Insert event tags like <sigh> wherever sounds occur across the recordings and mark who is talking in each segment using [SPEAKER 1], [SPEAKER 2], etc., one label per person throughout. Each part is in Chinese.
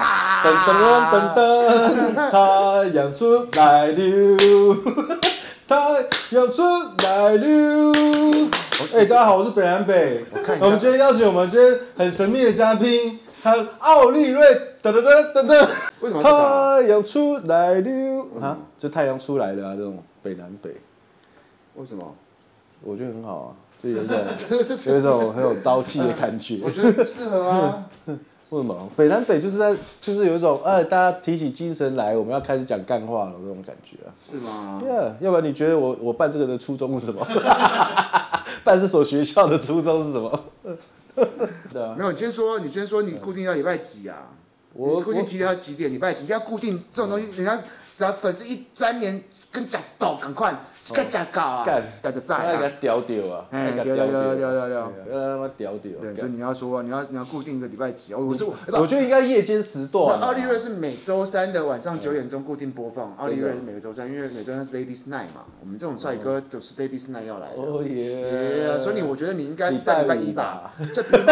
[SPEAKER 1] 噔噔噔噔噔，太阳出来溜，太阳出来溜。哎、大家好，我是北南北。
[SPEAKER 2] 我看一下
[SPEAKER 1] 我们今天邀请我们今天很神秘的嘉宾，他奥利瑞，噔噔噔噔噔。
[SPEAKER 2] 为什么要这个啊
[SPEAKER 1] 太阳出来溜啊，就太阳出来了啊，这种北南北，
[SPEAKER 2] 为什么？
[SPEAKER 1] 我觉得很好啊，就有
[SPEAKER 2] <laughs>
[SPEAKER 1] 一种有一种很有朝气的感觉。
[SPEAKER 2] 我觉得不适合
[SPEAKER 1] <laughs>
[SPEAKER 2] 啊。
[SPEAKER 1] 为什么？北南北就是在就是有一种，呃，大家提起精神来，我们要开始讲干话了那种感觉啊。
[SPEAKER 2] 是吗？
[SPEAKER 1] Yeah，要不然你觉得我我办这个的初衷是什么？ <laughs> 办这所学校的初衷是什
[SPEAKER 2] <laughs>
[SPEAKER 1] 么？对啊，
[SPEAKER 2] 没有，你先说，你先说，你固定要礼拜几啊？
[SPEAKER 1] 我
[SPEAKER 2] 你固定几点到几点？礼拜几？你要固定这种东西，人家只要粉丝一粘连，跟假抖，赶快跟假搞啊，
[SPEAKER 1] 哦干
[SPEAKER 2] 打的
[SPEAKER 1] 那要给
[SPEAKER 2] 赛啊。
[SPEAKER 1] 他屌屌啊！
[SPEAKER 2] 哎
[SPEAKER 1] 要给
[SPEAKER 2] 屌
[SPEAKER 1] 他屌
[SPEAKER 2] 屌
[SPEAKER 1] 屌
[SPEAKER 2] 屌屌
[SPEAKER 1] 啊
[SPEAKER 2] 屌
[SPEAKER 1] 对要让他妈屌屌。
[SPEAKER 2] 对，
[SPEAKER 1] 干
[SPEAKER 2] 所以你要说，你要你要固定一个礼拜几？哦，我是我，哎不
[SPEAKER 1] 我觉得应该夜间时段啊。
[SPEAKER 2] 奥利瑞是每周三的晚上九点钟固定播放，奥利瑞是每个周三，因为每周三是 Ladies Night 嘛，我们这种帅哥就是 Ladies Night 要来的。
[SPEAKER 1] 哦
[SPEAKER 2] 对
[SPEAKER 1] 耶！
[SPEAKER 2] 啊，所以你我觉得你应该是在礼拜一吧，这不
[SPEAKER 1] <laughs> 礼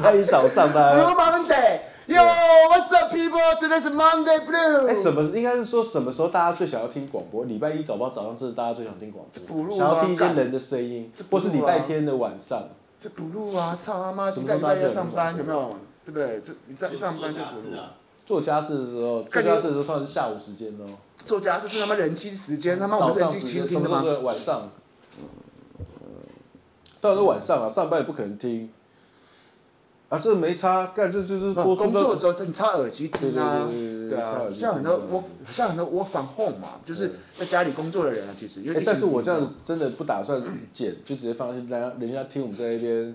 [SPEAKER 1] 拜一早上啊大家。
[SPEAKER 2] Blue
[SPEAKER 1] 呃
[SPEAKER 2] Monday。Yo, what's up, people? Today is Monday
[SPEAKER 1] 哎，什
[SPEAKER 2] Blue。
[SPEAKER 1] 么应该是说什么时候大家最想要听广播？礼拜一搞不好早上是大家最想听广
[SPEAKER 2] 这
[SPEAKER 1] 播
[SPEAKER 2] 补，录啊
[SPEAKER 1] 想要听一些人的声音
[SPEAKER 2] 这，补
[SPEAKER 1] 或
[SPEAKER 2] 录啊
[SPEAKER 1] 是礼拜天的晚上。
[SPEAKER 2] 就不录啊，操他妈！
[SPEAKER 1] 什
[SPEAKER 2] 你
[SPEAKER 1] 么
[SPEAKER 2] 在
[SPEAKER 1] 都
[SPEAKER 2] 礼
[SPEAKER 1] 大
[SPEAKER 2] 拜
[SPEAKER 1] 家
[SPEAKER 2] 一要上班，
[SPEAKER 1] 都
[SPEAKER 2] 有
[SPEAKER 1] 有
[SPEAKER 2] 没有？对不对？就你在上班就不录。
[SPEAKER 1] 做家啊事的时候，做
[SPEAKER 2] 看你
[SPEAKER 1] 家事的时候算是下午时间喽。
[SPEAKER 2] 做家事是他妈人妻时间，他妈我
[SPEAKER 1] 早
[SPEAKER 2] 们是人
[SPEAKER 1] 上
[SPEAKER 2] 妻
[SPEAKER 1] 时
[SPEAKER 2] 倾
[SPEAKER 1] 间，
[SPEAKER 2] 听
[SPEAKER 1] 什
[SPEAKER 2] 的
[SPEAKER 1] 么啊
[SPEAKER 2] 吗
[SPEAKER 1] 时？候晚上？当然是晚上啊，上班也不可能听。啊，这没差，干这就是
[SPEAKER 2] 不嗯
[SPEAKER 1] 播出
[SPEAKER 2] 工作
[SPEAKER 1] 到
[SPEAKER 2] 的时候你插耳机听啊
[SPEAKER 1] 对对对对，对
[SPEAKER 2] 对
[SPEAKER 1] 插
[SPEAKER 2] 啊
[SPEAKER 1] 耳，机
[SPEAKER 2] 像很多
[SPEAKER 1] 听嗯
[SPEAKER 2] work 像很多 work from home 嘛，就是在家里工作的人啊，其实因为
[SPEAKER 1] 哎
[SPEAKER 2] 疫情
[SPEAKER 1] 但是我这样真的不打算剪，就直接放上去，让人家听我们在那边，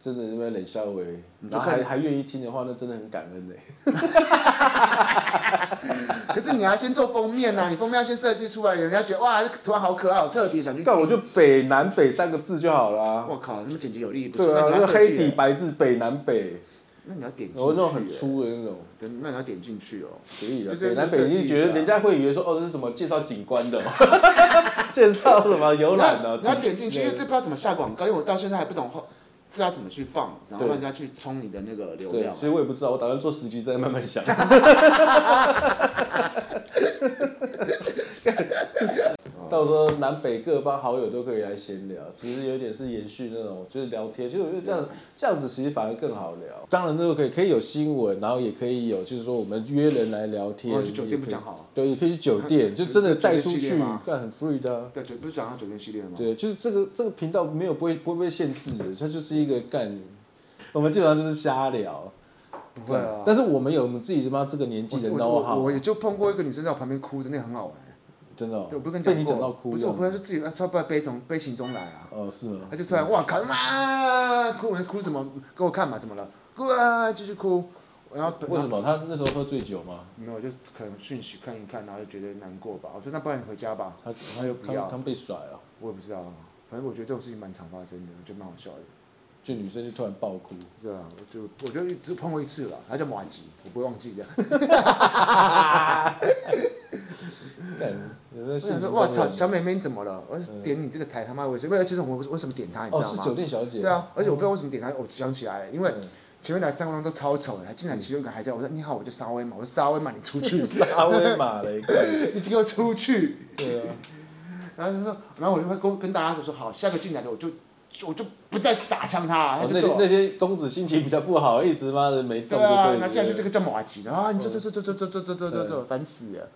[SPEAKER 1] 真的那边冷笑话，
[SPEAKER 2] 你就
[SPEAKER 1] 然后
[SPEAKER 2] 看
[SPEAKER 1] 还还愿意听的话，那真的很感恩嘞。欸
[SPEAKER 2] 可是你要先做封面呐、啊你封面要先设计出来，人家觉得哇，这个图案好可爱，好特别，想去
[SPEAKER 1] 干
[SPEAKER 2] 看。
[SPEAKER 1] 我就北南北三个字就好啦。
[SPEAKER 2] 我靠，他们剪辑有力，不错
[SPEAKER 1] 对啊，
[SPEAKER 2] 那你
[SPEAKER 1] 就
[SPEAKER 2] 要设计
[SPEAKER 1] 黑底白字北南北，
[SPEAKER 2] 那你要点进
[SPEAKER 1] 然
[SPEAKER 2] 去、
[SPEAKER 1] 后那种很，粗的那种。
[SPEAKER 2] 对，那你要点进去哦。
[SPEAKER 1] 可以的，
[SPEAKER 2] 就是
[SPEAKER 1] 北南
[SPEAKER 2] 设
[SPEAKER 1] 北
[SPEAKER 2] 计
[SPEAKER 1] 京
[SPEAKER 2] 一
[SPEAKER 1] 觉得
[SPEAKER 2] 下
[SPEAKER 1] 人家会以为说，哦，这是什么介绍景观的， <laughs> 介绍什么游览的，
[SPEAKER 2] 你要
[SPEAKER 1] 景
[SPEAKER 2] 点进去，因为这
[SPEAKER 1] 对
[SPEAKER 2] 不知道怎么下广告，因为我到现在还不懂后知道怎么去放，然后
[SPEAKER 1] 对
[SPEAKER 2] 让人家去冲你的那个流
[SPEAKER 1] 对，
[SPEAKER 2] 量。啊
[SPEAKER 1] 所以我也不知道，我打算做十集再慢慢
[SPEAKER 2] <laughs>
[SPEAKER 1] 想。到时候南北各方好友都可以来闲聊，其实有点是延续那种就是聊天，其实我觉得这样这样子其实反而更好聊。当然，那个可以可以有新闻，然后也可以有就是说我们约人来聊天，
[SPEAKER 2] 哦去酒店
[SPEAKER 1] 也可以
[SPEAKER 2] 不讲好啊
[SPEAKER 1] 对，也可以去酒店，就真的带出
[SPEAKER 2] 酒店系
[SPEAKER 1] 去
[SPEAKER 2] 列嗯吗，
[SPEAKER 1] 干很 free 的啊、
[SPEAKER 2] 对，酒不是讲到酒店系列吗？
[SPEAKER 1] 对，就是这个这个频道没有不会不会被限制的，它就是一个干，我们基本上就是瞎聊。
[SPEAKER 2] 不会啊。
[SPEAKER 1] 但是我们有我们自己他妈这个年纪的
[SPEAKER 2] 我
[SPEAKER 1] know
[SPEAKER 2] 我我
[SPEAKER 1] how，
[SPEAKER 2] 也就碰过一个女生在我旁边哭的，那个很好玩。
[SPEAKER 1] 真的哦、
[SPEAKER 2] 对，我不是跟你
[SPEAKER 1] 被
[SPEAKER 2] 讲
[SPEAKER 1] 你
[SPEAKER 2] 过
[SPEAKER 1] 整到哭，
[SPEAKER 2] 不是我回来就自己，啊她不然悲从悲情中来啊。
[SPEAKER 1] 哦，是吗？
[SPEAKER 2] 他就突然哇靠妈哭，哭什么？给我看嘛，怎么了？哭啊，继续哭。然后
[SPEAKER 1] 为什么他那时候喝醉酒吗？
[SPEAKER 2] 没有，就可能讯息看一看，然后就觉得难过吧。我说那不然你回家吧，
[SPEAKER 1] 他
[SPEAKER 2] 他又不
[SPEAKER 1] 他
[SPEAKER 2] 要
[SPEAKER 1] 他，被甩了，
[SPEAKER 2] 我也不知道。反正我觉得这种事情蛮常发生的，我觉得蛮好笑的。
[SPEAKER 1] 就女生就突然爆哭。
[SPEAKER 2] 对啊，我就我就只碰过一次了，他叫马吉，我不会忘记的。
[SPEAKER 1] 干，有时候
[SPEAKER 2] 我
[SPEAKER 1] 性
[SPEAKER 2] 想说
[SPEAKER 1] 情
[SPEAKER 2] 哇
[SPEAKER 1] 中
[SPEAKER 2] 操，
[SPEAKER 1] 人
[SPEAKER 2] 小妹妹你怎么了？我说点你这个台他妈为什么？其实我为什么点他，你知
[SPEAKER 1] 哦，
[SPEAKER 2] 道
[SPEAKER 1] 是
[SPEAKER 2] 吗？
[SPEAKER 1] 酒店小姐。
[SPEAKER 2] 对啊，而且我不知道为什么点开，我想起来了，因为 <laughs>
[SPEAKER 1] 嗯，
[SPEAKER 2] 前面来三个人都超丑的，还竟然其中一个还叫我说你好，我叫沙威玛，我说沙威玛你出去
[SPEAKER 1] <laughs> 沙威玛的一个。
[SPEAKER 2] 你给我出去。
[SPEAKER 1] 对啊，
[SPEAKER 2] 然后他说，然后我就会跟跟大家就说好，下个进来的我就就我就不再打枪他，他
[SPEAKER 1] 哦
[SPEAKER 2] 啊就
[SPEAKER 1] 那
[SPEAKER 2] 走
[SPEAKER 1] 些
[SPEAKER 2] 了。
[SPEAKER 1] 那些公子心情比较不好，一直妈的没中
[SPEAKER 2] 对
[SPEAKER 1] 就对
[SPEAKER 2] 啊
[SPEAKER 1] 了。，
[SPEAKER 2] 那这样就这个叫马吉的啊！你走
[SPEAKER 1] 嗯
[SPEAKER 2] 走走走走走走走走走走，烦死了！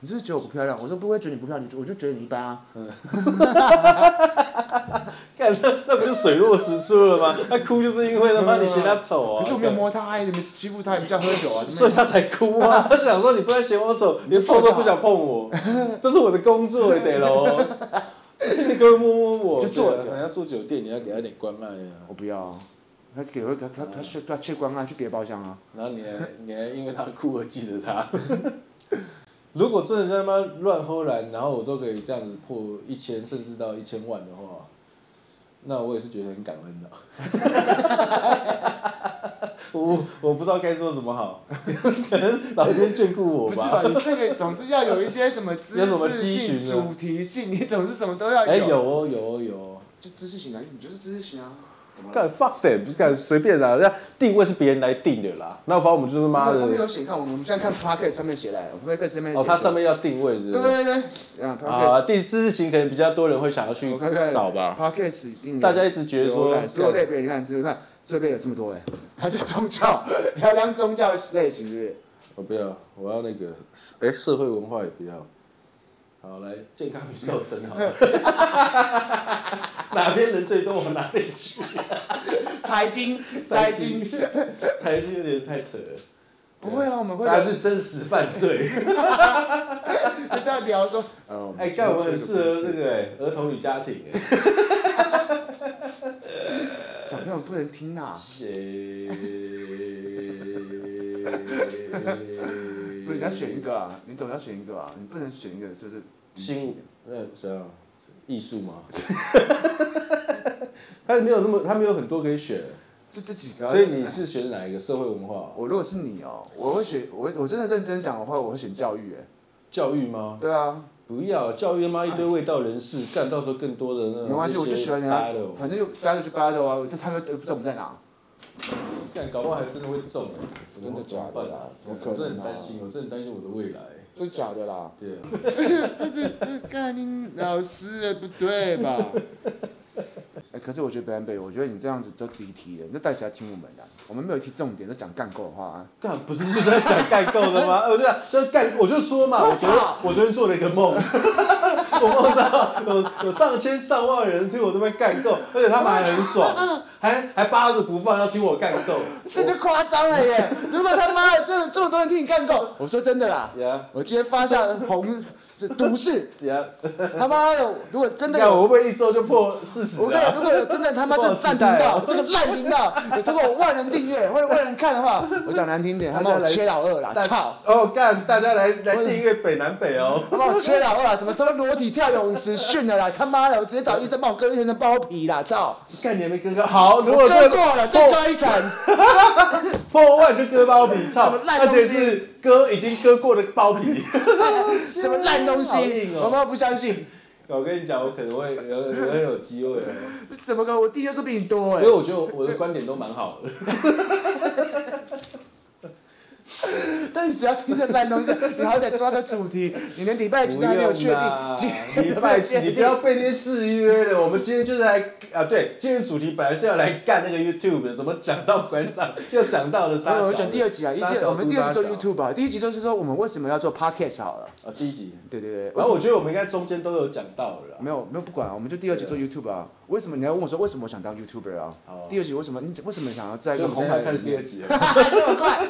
[SPEAKER 2] 你是不是觉得我不漂亮？我说不会觉得你不漂亮，你我就觉得你一般啊。
[SPEAKER 1] 干那那不就水落石出了吗？他哭就是因为他妈你嫌他丑啊，
[SPEAKER 2] 可是我没有摸他，也没欺负他，也没叫他喝酒啊。
[SPEAKER 1] 所以他才哭
[SPEAKER 2] <laughs>
[SPEAKER 1] 啊。他想说你不要嫌我丑，连碰都不想碰我，这是我的工作欸
[SPEAKER 2] <laughs>
[SPEAKER 1] 得喽。你可不可以摸摸我？
[SPEAKER 2] 就坐着
[SPEAKER 1] 对啊人家住酒店，你要给他点关爱啊。
[SPEAKER 2] 我不要啊，他给我他他他去他去关啊，去别的包厢啊。
[SPEAKER 1] 然后你还你还因为他哭而记得他。如果真的在他妈乱喝来，然后我都可以这样子破一千甚至到一千万的话，那我也是觉得很感恩的。 <laughs> 我我不知道该说什么好，可能老天眷顾我
[SPEAKER 2] 不是吧？
[SPEAKER 1] 吧。
[SPEAKER 2] 你这个总是要有一些什么知
[SPEAKER 1] 有什么
[SPEAKER 2] 识
[SPEAKER 1] 基
[SPEAKER 2] 性、
[SPEAKER 1] 础呢
[SPEAKER 2] 主题性，你总是什么都要
[SPEAKER 1] 哎、
[SPEAKER 2] 有。
[SPEAKER 1] 有哦有哦有哦，
[SPEAKER 2] 就知识型啊，你就是知识型啊。
[SPEAKER 1] 干 fuck them，不是干随便啦，那定位是别人来定的啦。那反正我们就是妈
[SPEAKER 2] 那
[SPEAKER 1] 的
[SPEAKER 2] 上面有写，看我们我们现在看 p o c k e t 上面写来，我们 p o c k e t 上面
[SPEAKER 1] 哦，它
[SPEAKER 2] 写
[SPEAKER 1] 上面要定位是不
[SPEAKER 2] 对对
[SPEAKER 1] 是
[SPEAKER 2] 对对，啊 p o c k e t
[SPEAKER 1] 啊，第知识型可能比较多人会想要去
[SPEAKER 2] 我看看
[SPEAKER 1] 找吧。
[SPEAKER 2] Podcast 一定有
[SPEAKER 1] 大家一直觉得说
[SPEAKER 2] 浏览所有类别，你看是不是看这边有这么多哎，还是宗教，要当宗教类型是不是？
[SPEAKER 1] 我哦不要，我要那个，哎、社会文化也不要。好，来健康与瘦身好了， <laughs> 哪边人最多往哪里去？
[SPEAKER 2] 财经，
[SPEAKER 1] 财经，财经有点太扯了，
[SPEAKER 2] 不会啊，我们会
[SPEAKER 1] 那
[SPEAKER 2] 聊，
[SPEAKER 1] 是真实犯罪。
[SPEAKER 2] <laughs> 还是要聊说，呃，们
[SPEAKER 1] 哎，干我们很适合
[SPEAKER 2] 这
[SPEAKER 1] 那
[SPEAKER 2] 个
[SPEAKER 1] 个哎，儿童与家庭哎。
[SPEAKER 2] 小朋友不能听啊呐，
[SPEAKER 1] 谁？
[SPEAKER 2] 不是你要选一个啊，你总要选一个啊，你不能选一个就是
[SPEAKER 1] <laughs> 新那谁啊？艺术吗？ <laughs> 他没有那么，他没有很多可以选，
[SPEAKER 2] 就这几个啊，
[SPEAKER 1] 所以你是选哪一个？社会文化、
[SPEAKER 2] 我如果是你哦，我会选，我会我真的认真讲的话，我会选教育哎，
[SPEAKER 1] 教育吗？
[SPEAKER 2] 对啊，
[SPEAKER 1] 不要教育他妈一堆味道人士，干到时候更多的那种。
[SPEAKER 2] 哎没关系，我就喜欢人家，反正就啊 battle 就 battle 啊，但他们都不知道我们在哪。
[SPEAKER 1] 干搞不好还真的会中哎、怎
[SPEAKER 2] 真
[SPEAKER 1] 么
[SPEAKER 2] 的
[SPEAKER 1] 怎么
[SPEAKER 2] 假的
[SPEAKER 1] 办啊
[SPEAKER 2] 啦？怎么可
[SPEAKER 1] 我真的
[SPEAKER 2] 能
[SPEAKER 1] 很
[SPEAKER 2] 啊
[SPEAKER 1] 担心，我真的很担心我的未来。
[SPEAKER 2] 真假的啦？
[SPEAKER 1] 对啊，
[SPEAKER 2] 这这这干你老师不对吧？ <laughs> 哎、可是我觉得 Ben 贝，我觉得你这样子都离题了，那到底谁要听我们的啊、我们没有提重点，都讲干够的话啊。
[SPEAKER 1] 干不是就是在讲干够
[SPEAKER 2] <laughs>
[SPEAKER 1] 的吗？哎我就想就是干，我就说嘛，我昨天我昨天做了一个梦， <laughs> 我梦到有有上千上万人听我这边干够，而且他们还很
[SPEAKER 2] <laughs>
[SPEAKER 1] 爽，还还扒着不放要听我干够。
[SPEAKER 2] 这就夸张了耶！ <laughs> 如果他妈的真的这么多人听你干够，我说真的啦，
[SPEAKER 1] 呀
[SPEAKER 2] 我今天发下红这毒誓，
[SPEAKER 1] 呀，
[SPEAKER 2] 他妈的，如果真的
[SPEAKER 1] 干
[SPEAKER 2] 有
[SPEAKER 1] 我会不会一周就破四十
[SPEAKER 2] 我跟你
[SPEAKER 1] <laughs>
[SPEAKER 2] 讲，
[SPEAKER 1] 啊？
[SPEAKER 2] 如果有真的他妈这烂频道，这个烂频道 <laughs> 有超过万人订阅或者万人看的话，我讲难听点，他妈我切老二啦，
[SPEAKER 1] 大
[SPEAKER 2] 啊操！！
[SPEAKER 1] 哦干，大家来来订阅北南北哦。
[SPEAKER 2] 他妈我切老二啦，什么他妈裸体跳泳池训的啦，他妈的，我直接找医生帮我割一层的包皮啦，操！
[SPEAKER 1] 干你还没割高，好，如
[SPEAKER 2] 我
[SPEAKER 1] 果
[SPEAKER 2] 割
[SPEAKER 1] 这哦
[SPEAKER 2] 过了，再
[SPEAKER 1] 破
[SPEAKER 2] 割一
[SPEAKER 1] <laughs>
[SPEAKER 2] 层，
[SPEAKER 1] 破万就割包皮，操
[SPEAKER 2] 什么，烂
[SPEAKER 1] 而且
[SPEAKER 2] 东西
[SPEAKER 1] 是割已经割过的包皮。 <laughs>
[SPEAKER 2] 什么烂东
[SPEAKER 1] 好
[SPEAKER 2] 西
[SPEAKER 1] 硬，哦
[SPEAKER 2] 我妈不相信，
[SPEAKER 1] 我跟你讲，我可能会有我会有机会哦。
[SPEAKER 2] 这什么歌？我订阅数比你多哎
[SPEAKER 1] 因为，我觉得我的观点都蛮好的，
[SPEAKER 2] 但你只要听这烂东西，你好歹抓个主题，你连礼拜几都还没有确
[SPEAKER 1] 不用啦
[SPEAKER 2] 定，今天
[SPEAKER 1] 礼
[SPEAKER 2] 都没
[SPEAKER 1] 拜
[SPEAKER 2] 有
[SPEAKER 1] 几
[SPEAKER 2] <laughs> 确
[SPEAKER 1] 你
[SPEAKER 2] 定
[SPEAKER 1] 不要被那些制约了。我们今天就是来啊，对，今天主题本来是要来干那个 YouTube 的，怎么讲到馆长，又讲到了
[SPEAKER 2] 所以
[SPEAKER 1] 沙小
[SPEAKER 2] 我们
[SPEAKER 1] 的。
[SPEAKER 2] 讲第二集啊，一第
[SPEAKER 1] 沙小
[SPEAKER 2] 二我们第二集做
[SPEAKER 1] 嘟巴小
[SPEAKER 2] YouTube 啊吧，第一集就是说我们为什么要做 Podcast 好了。
[SPEAKER 1] 啊，第一集。
[SPEAKER 2] 对对对，为什
[SPEAKER 1] 然后
[SPEAKER 2] 么
[SPEAKER 1] 我觉得我们应该中间都有讲到了啦。
[SPEAKER 2] 没有没有不管啊，我们就第二集做 YouTube 啊。为什么你要问我说为什么我想当 YouTuber 啊
[SPEAKER 1] 好？
[SPEAKER 2] 第二集为什么你为什么想要在
[SPEAKER 1] 所
[SPEAKER 2] 一个
[SPEAKER 1] 以我们
[SPEAKER 2] 红
[SPEAKER 1] 现
[SPEAKER 2] 海里
[SPEAKER 1] 在开始第二
[SPEAKER 2] 面？
[SPEAKER 1] 集了。
[SPEAKER 2] 这么快！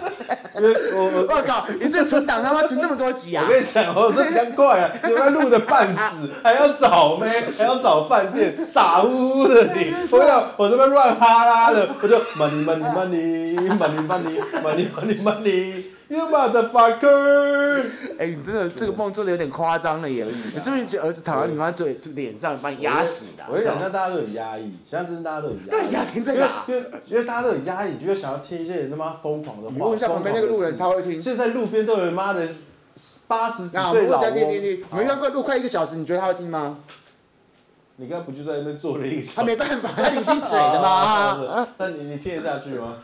[SPEAKER 1] <laughs> 因为我我
[SPEAKER 2] <laughs> 我靠，你这存档他妈存这么多集 <laughs> 啊
[SPEAKER 1] 我！跟你讲哦，这难怪啊，你们录的半死，还要找妹，还要找饭店，傻乎乎的你。我想
[SPEAKER 2] 啊
[SPEAKER 1] 我这边乱哈拉的，我就 money money money money money money money money。You motherfucker！
[SPEAKER 2] 哎，你真的这个梦做的有点夸张了耶！
[SPEAKER 1] 以啊
[SPEAKER 2] 你是不是你儿子躺在你妈嘴脸上把你压死的啊？
[SPEAKER 1] 我跟你讲，
[SPEAKER 2] 这
[SPEAKER 1] 现在
[SPEAKER 2] 样
[SPEAKER 1] 大家都很压抑，现在真的大家都很
[SPEAKER 2] 到
[SPEAKER 1] 压
[SPEAKER 2] 底
[SPEAKER 1] 抑。
[SPEAKER 2] 想要听这
[SPEAKER 1] 因
[SPEAKER 2] 个
[SPEAKER 1] 为
[SPEAKER 2] 啊？
[SPEAKER 1] 因为因为大家都很压抑，你就想要听一些人他妈疯狂的话。
[SPEAKER 2] 你问一下旁边那个路人，
[SPEAKER 1] 疯狂
[SPEAKER 2] 他会
[SPEAKER 1] 的事
[SPEAKER 2] 听。
[SPEAKER 1] 现在路边都有人妈的八十几
[SPEAKER 2] 那我
[SPEAKER 1] 岁
[SPEAKER 2] 们
[SPEAKER 1] 老
[SPEAKER 2] 问他
[SPEAKER 1] 翁
[SPEAKER 2] 听听听，我们要快录快一个小时，你觉得他会听吗？
[SPEAKER 1] 你刚才不就在那边坐了一个小
[SPEAKER 2] 他
[SPEAKER 1] 时？
[SPEAKER 2] 没办法，哦他领薪水的嘛。
[SPEAKER 1] 啊那你你听得下去吗？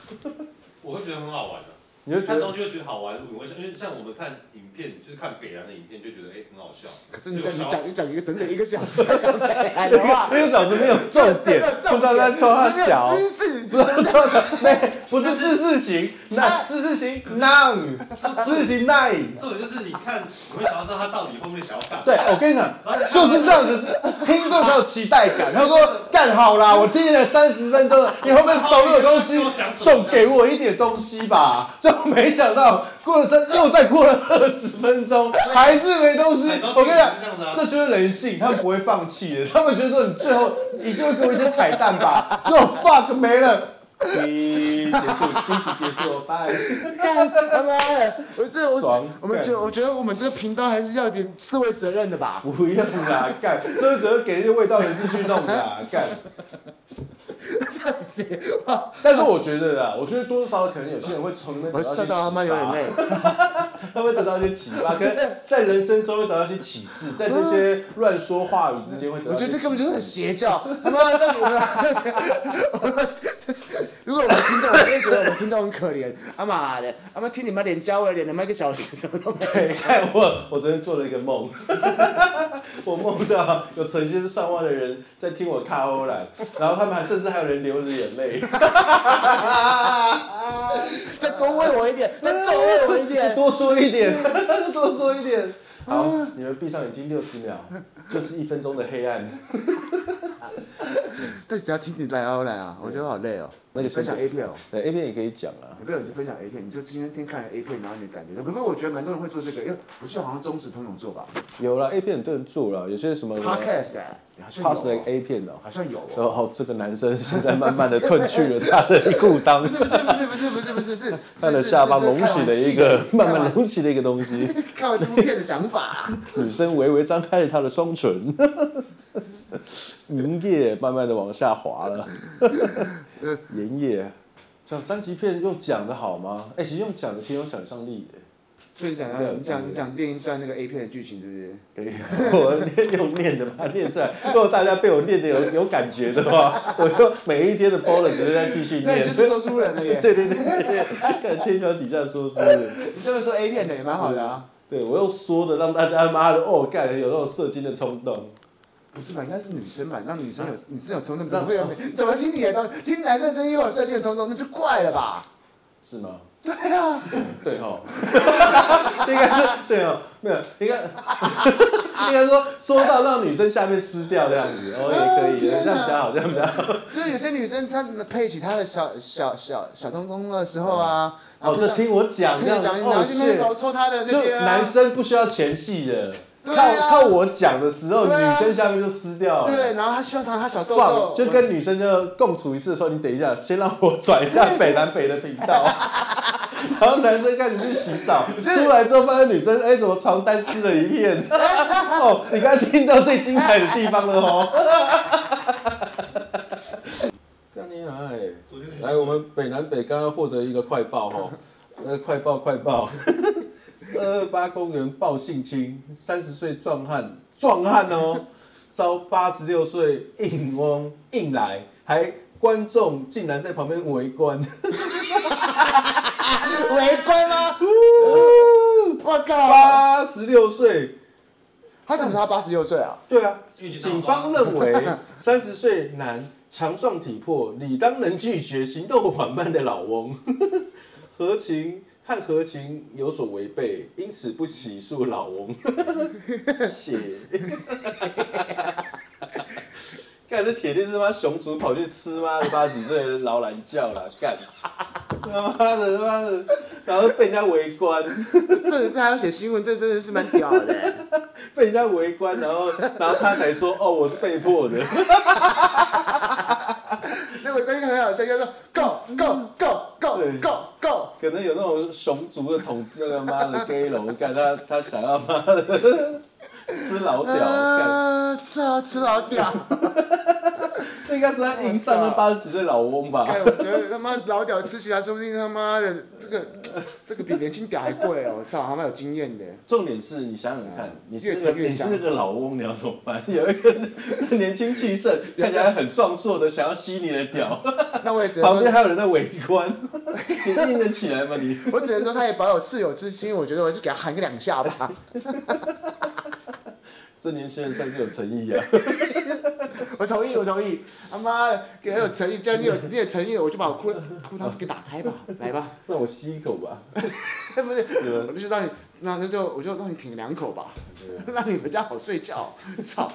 [SPEAKER 3] 我会觉得很好玩的、
[SPEAKER 1] 你就觉
[SPEAKER 3] 看
[SPEAKER 1] 得
[SPEAKER 3] 东西会觉得好玩，我会想因为像我们看影片，就是看北洋的影片，就觉得哎、很好笑。
[SPEAKER 2] 可是你
[SPEAKER 3] 所
[SPEAKER 2] 讲
[SPEAKER 3] 以
[SPEAKER 2] 你
[SPEAKER 3] 我想要
[SPEAKER 2] 讲你讲一个整整一个小哎时在讲北韩的话，
[SPEAKER 1] 那个小时哎没有重点，不知道在抽 <laughs> 他小，
[SPEAKER 2] 知识
[SPEAKER 1] <laughs> 不知道抽小，那不是知识型，那知识型 none，知识型 nine。
[SPEAKER 3] 这种就是你看，你会想要知道他到底后面想要干嘛。
[SPEAKER 1] 对，我跟你讲，就是这样子，听众才有期待感。他说：“干好啦，我听了三十分钟了，你后面总有东西送给我一点东西吧。”就没想到过了三，又再过了二十分 <laughs> 钟，还是没东西。我跟你讲，
[SPEAKER 3] 啊
[SPEAKER 1] 这就是人性，他们不会放弃的。他们觉得说你最后一定会给我一些彩蛋吧，结果 fuck 没了。一结束，第一集结束 <laughs> 哦，拜。
[SPEAKER 2] 干他妈的！我这
[SPEAKER 1] 爽
[SPEAKER 2] 我我们觉
[SPEAKER 1] 干
[SPEAKER 2] 我觉得我们这个频道还是要有点社会责任的吧。
[SPEAKER 1] 不要啦，干，所以只会给那些味道人士去弄的啊，干。
[SPEAKER 2] 到底谁？
[SPEAKER 1] <laughs> 但是我觉得啦，我觉得多多少少可能有些人会从那
[SPEAKER 2] 我
[SPEAKER 1] 里
[SPEAKER 2] 笑到他妈流眼泪。
[SPEAKER 1] 他会得到一些启发，可能在人生中会得到一些启示，在这些乱说话语之间会得到
[SPEAKER 2] 我
[SPEAKER 1] 一
[SPEAKER 2] 觉
[SPEAKER 1] 些启示。
[SPEAKER 2] 得这根本就是很邪教。他妈的，我们我们如果我们听众，我就觉得我们听众很可怜。阿妈的，阿妈听你妈脸焦了，脸了妈一个小时，什么都没
[SPEAKER 1] <laughs>
[SPEAKER 2] 有。
[SPEAKER 1] 对，看我，我昨天做了一个梦， <laughs> 我梦到有成千上万的人在听我卡欧兰，然后他们还甚至还有人流着眼泪，
[SPEAKER 2] 再多喂我一点，再多喂我一点。啊
[SPEAKER 1] 多说一点，多说一点。好，你们闭上眼睛六十秒，就是一分钟的黑暗。
[SPEAKER 2] <laughs> 但只要听你来欧来啊，我觉得好累哦。
[SPEAKER 1] 那个
[SPEAKER 2] 分享
[SPEAKER 1] 先
[SPEAKER 2] A 片哦，
[SPEAKER 1] 对 A 片也可以讲啊，
[SPEAKER 2] 你不要就分享 A 片，你就今天看了 A 片，然后你的感觉。可是我觉得蛮多人会做这个，因为我记得好像中指通通做吧
[SPEAKER 1] 有了 A 片很多人做了，有些什么
[SPEAKER 2] ，Podcast 哎，好像
[SPEAKER 1] pass 的
[SPEAKER 2] 有哦，
[SPEAKER 1] A 片哦。
[SPEAKER 2] 好像有哦。
[SPEAKER 1] 然后这个男生现在慢慢的褪去了他的裤裆
[SPEAKER 2] 不，是不是不是不是不是不是是
[SPEAKER 1] 他的下巴隆起了一个慢慢
[SPEAKER 2] 隆
[SPEAKER 1] 隆起的一个东西。
[SPEAKER 2] 看完这部片的想
[SPEAKER 1] <laughs>
[SPEAKER 2] 法，
[SPEAKER 1] 女生微微张开了她的双唇，营业慢慢的往下滑 <laughs> 了，营业。讲呃三级片用讲的好吗？哎、其实用讲的挺有想象力的。
[SPEAKER 2] 所以想要你想你想练一段那个 A 片的剧情是不是？
[SPEAKER 1] 可 <laughs> 以，我用念的把它念出来。如果大家被我念的有有感觉的话，我就每一天的 bonus 就再继续
[SPEAKER 2] 那你
[SPEAKER 1] 念
[SPEAKER 2] 就。是说书人了耶！
[SPEAKER 1] <laughs> 对对对对对，看天桥底下说书人。
[SPEAKER 2] 你这么说 A 片的也蛮好的啊。
[SPEAKER 1] 对我用说的让大家妈的哦，干有那种射精的冲动。
[SPEAKER 2] 不是吧？应该是女生吧？让女生
[SPEAKER 1] 啊
[SPEAKER 2] 有女生有冲动，怎么会有？怎么听你的东听男生声音有射箭冲动，那就怪了吧？
[SPEAKER 1] 是吗？
[SPEAKER 2] 对啊，
[SPEAKER 1] 对哈， <laughs> 应该是对哦，没有，应该 <laughs> 应该说说到让女生下面湿掉这样子，哦也可以，
[SPEAKER 2] 哦天哪
[SPEAKER 1] 这样比较好，这样比较好。
[SPEAKER 2] 就是有些女生她配起她的小小小小东东的时候啊，然
[SPEAKER 1] 哦，
[SPEAKER 2] 后
[SPEAKER 1] 就听我讲
[SPEAKER 2] 听
[SPEAKER 1] 这样
[SPEAKER 2] 讲，
[SPEAKER 1] 子，
[SPEAKER 2] 然后
[SPEAKER 1] 哦
[SPEAKER 2] 就那边
[SPEAKER 1] 谢，
[SPEAKER 2] 揉搓她的那
[SPEAKER 1] 就
[SPEAKER 2] 边啊。
[SPEAKER 1] 男生不需要前戏的，
[SPEAKER 2] 对
[SPEAKER 1] 靠
[SPEAKER 2] 啊
[SPEAKER 1] 靠我讲的时候，
[SPEAKER 2] 对啊
[SPEAKER 1] 女生下面就湿掉了。
[SPEAKER 2] 对，然啊后他希望他他小豆
[SPEAKER 1] 放
[SPEAKER 2] 豆，
[SPEAKER 1] 就跟女生就共处一次的时候，你等一下，先让我转一下北南北的频
[SPEAKER 2] <laughs>
[SPEAKER 1] 道，然后男生开始去洗澡，出来之后发现女生哎、怎么床单湿了一
[SPEAKER 2] <laughs>
[SPEAKER 1] 片？哦，你刚刚听到最精彩的地方了哦。干你
[SPEAKER 3] 昨天
[SPEAKER 1] 来，来我们北南北刚刚获得一个快报哦，呃，快报快报， <laughs> 二二八公园报性侵，三十岁壮汉壮汉哦。遭八十六岁硬翁硬来，还观众竟然在旁边围观，
[SPEAKER 2] 围观
[SPEAKER 1] <laughs>
[SPEAKER 2] 吗？我靠！
[SPEAKER 1] 八十六岁，
[SPEAKER 2] 他怎么才八十六岁
[SPEAKER 1] <laughs>
[SPEAKER 2] 啊？
[SPEAKER 1] 对啊，
[SPEAKER 3] 因为已经
[SPEAKER 1] 警
[SPEAKER 3] 打光
[SPEAKER 1] 方认为三十岁男强壮体魄，理当能拒绝行动缓慢的老翁， <laughs> 合情和合情有所违背，因此不起诉老翁。 <laughs> 写， <laughs> 干这铁定是他妈熊族跑去吃妈的八十岁的老懒觉了，干他妈的他妈的，然后被人家围观。
[SPEAKER 2] 这人是还要写新闻，这真的是蛮屌的、
[SPEAKER 1] 被人家围观，然后然后他才说哦，我是被迫的。
[SPEAKER 2] 那围观就很好笑，
[SPEAKER 1] <laughs>
[SPEAKER 2] 就说 Go Go Go Go
[SPEAKER 1] 嗯对
[SPEAKER 2] Go Go，
[SPEAKER 1] 可能有那种熊族的统那个妈的 gay 龙，干他他想要妈的吃老屌，干
[SPEAKER 2] 呃，这吃老
[SPEAKER 1] <laughs>
[SPEAKER 2] 屌，
[SPEAKER 1] 那应该是他迎上了八十几岁老翁吧？
[SPEAKER 2] 哎，我觉得他妈老屌吃起来，说不定他妈的这个这个比年轻屌还贵哦，我操，还蛮有经验的。
[SPEAKER 1] 重点是你想想看，你是
[SPEAKER 2] 越
[SPEAKER 1] 那个
[SPEAKER 2] 沉越
[SPEAKER 1] 你是
[SPEAKER 2] 香
[SPEAKER 1] 那个老翁，你要怎么办？ <laughs> 有一个年轻气盛、看起来很壮硕的，想要吸你的 <laughs> 屌，
[SPEAKER 2] <laughs> 那我也只能
[SPEAKER 1] 旁边
[SPEAKER 2] 说，
[SPEAKER 1] 还有人在围观， <laughs> 你硬得起来吗？你
[SPEAKER 2] 我只能说他也保有自有之心，我觉得我就给他喊个两下吧。
[SPEAKER 1] 这年轻人算是有诚意啊！
[SPEAKER 2] 我同意，我同意。他妈的，给他有诚意，只要你有你有诚意，我就把我裤裤裆给打开吧，来吧。
[SPEAKER 1] <laughs>
[SPEAKER 2] <laughs>
[SPEAKER 1] 那我吸一口吧。
[SPEAKER 2] 不是，我就让你，那 <laughs> 那就我就让你挺两口吧，让你回家好睡觉。操！
[SPEAKER 1] 啊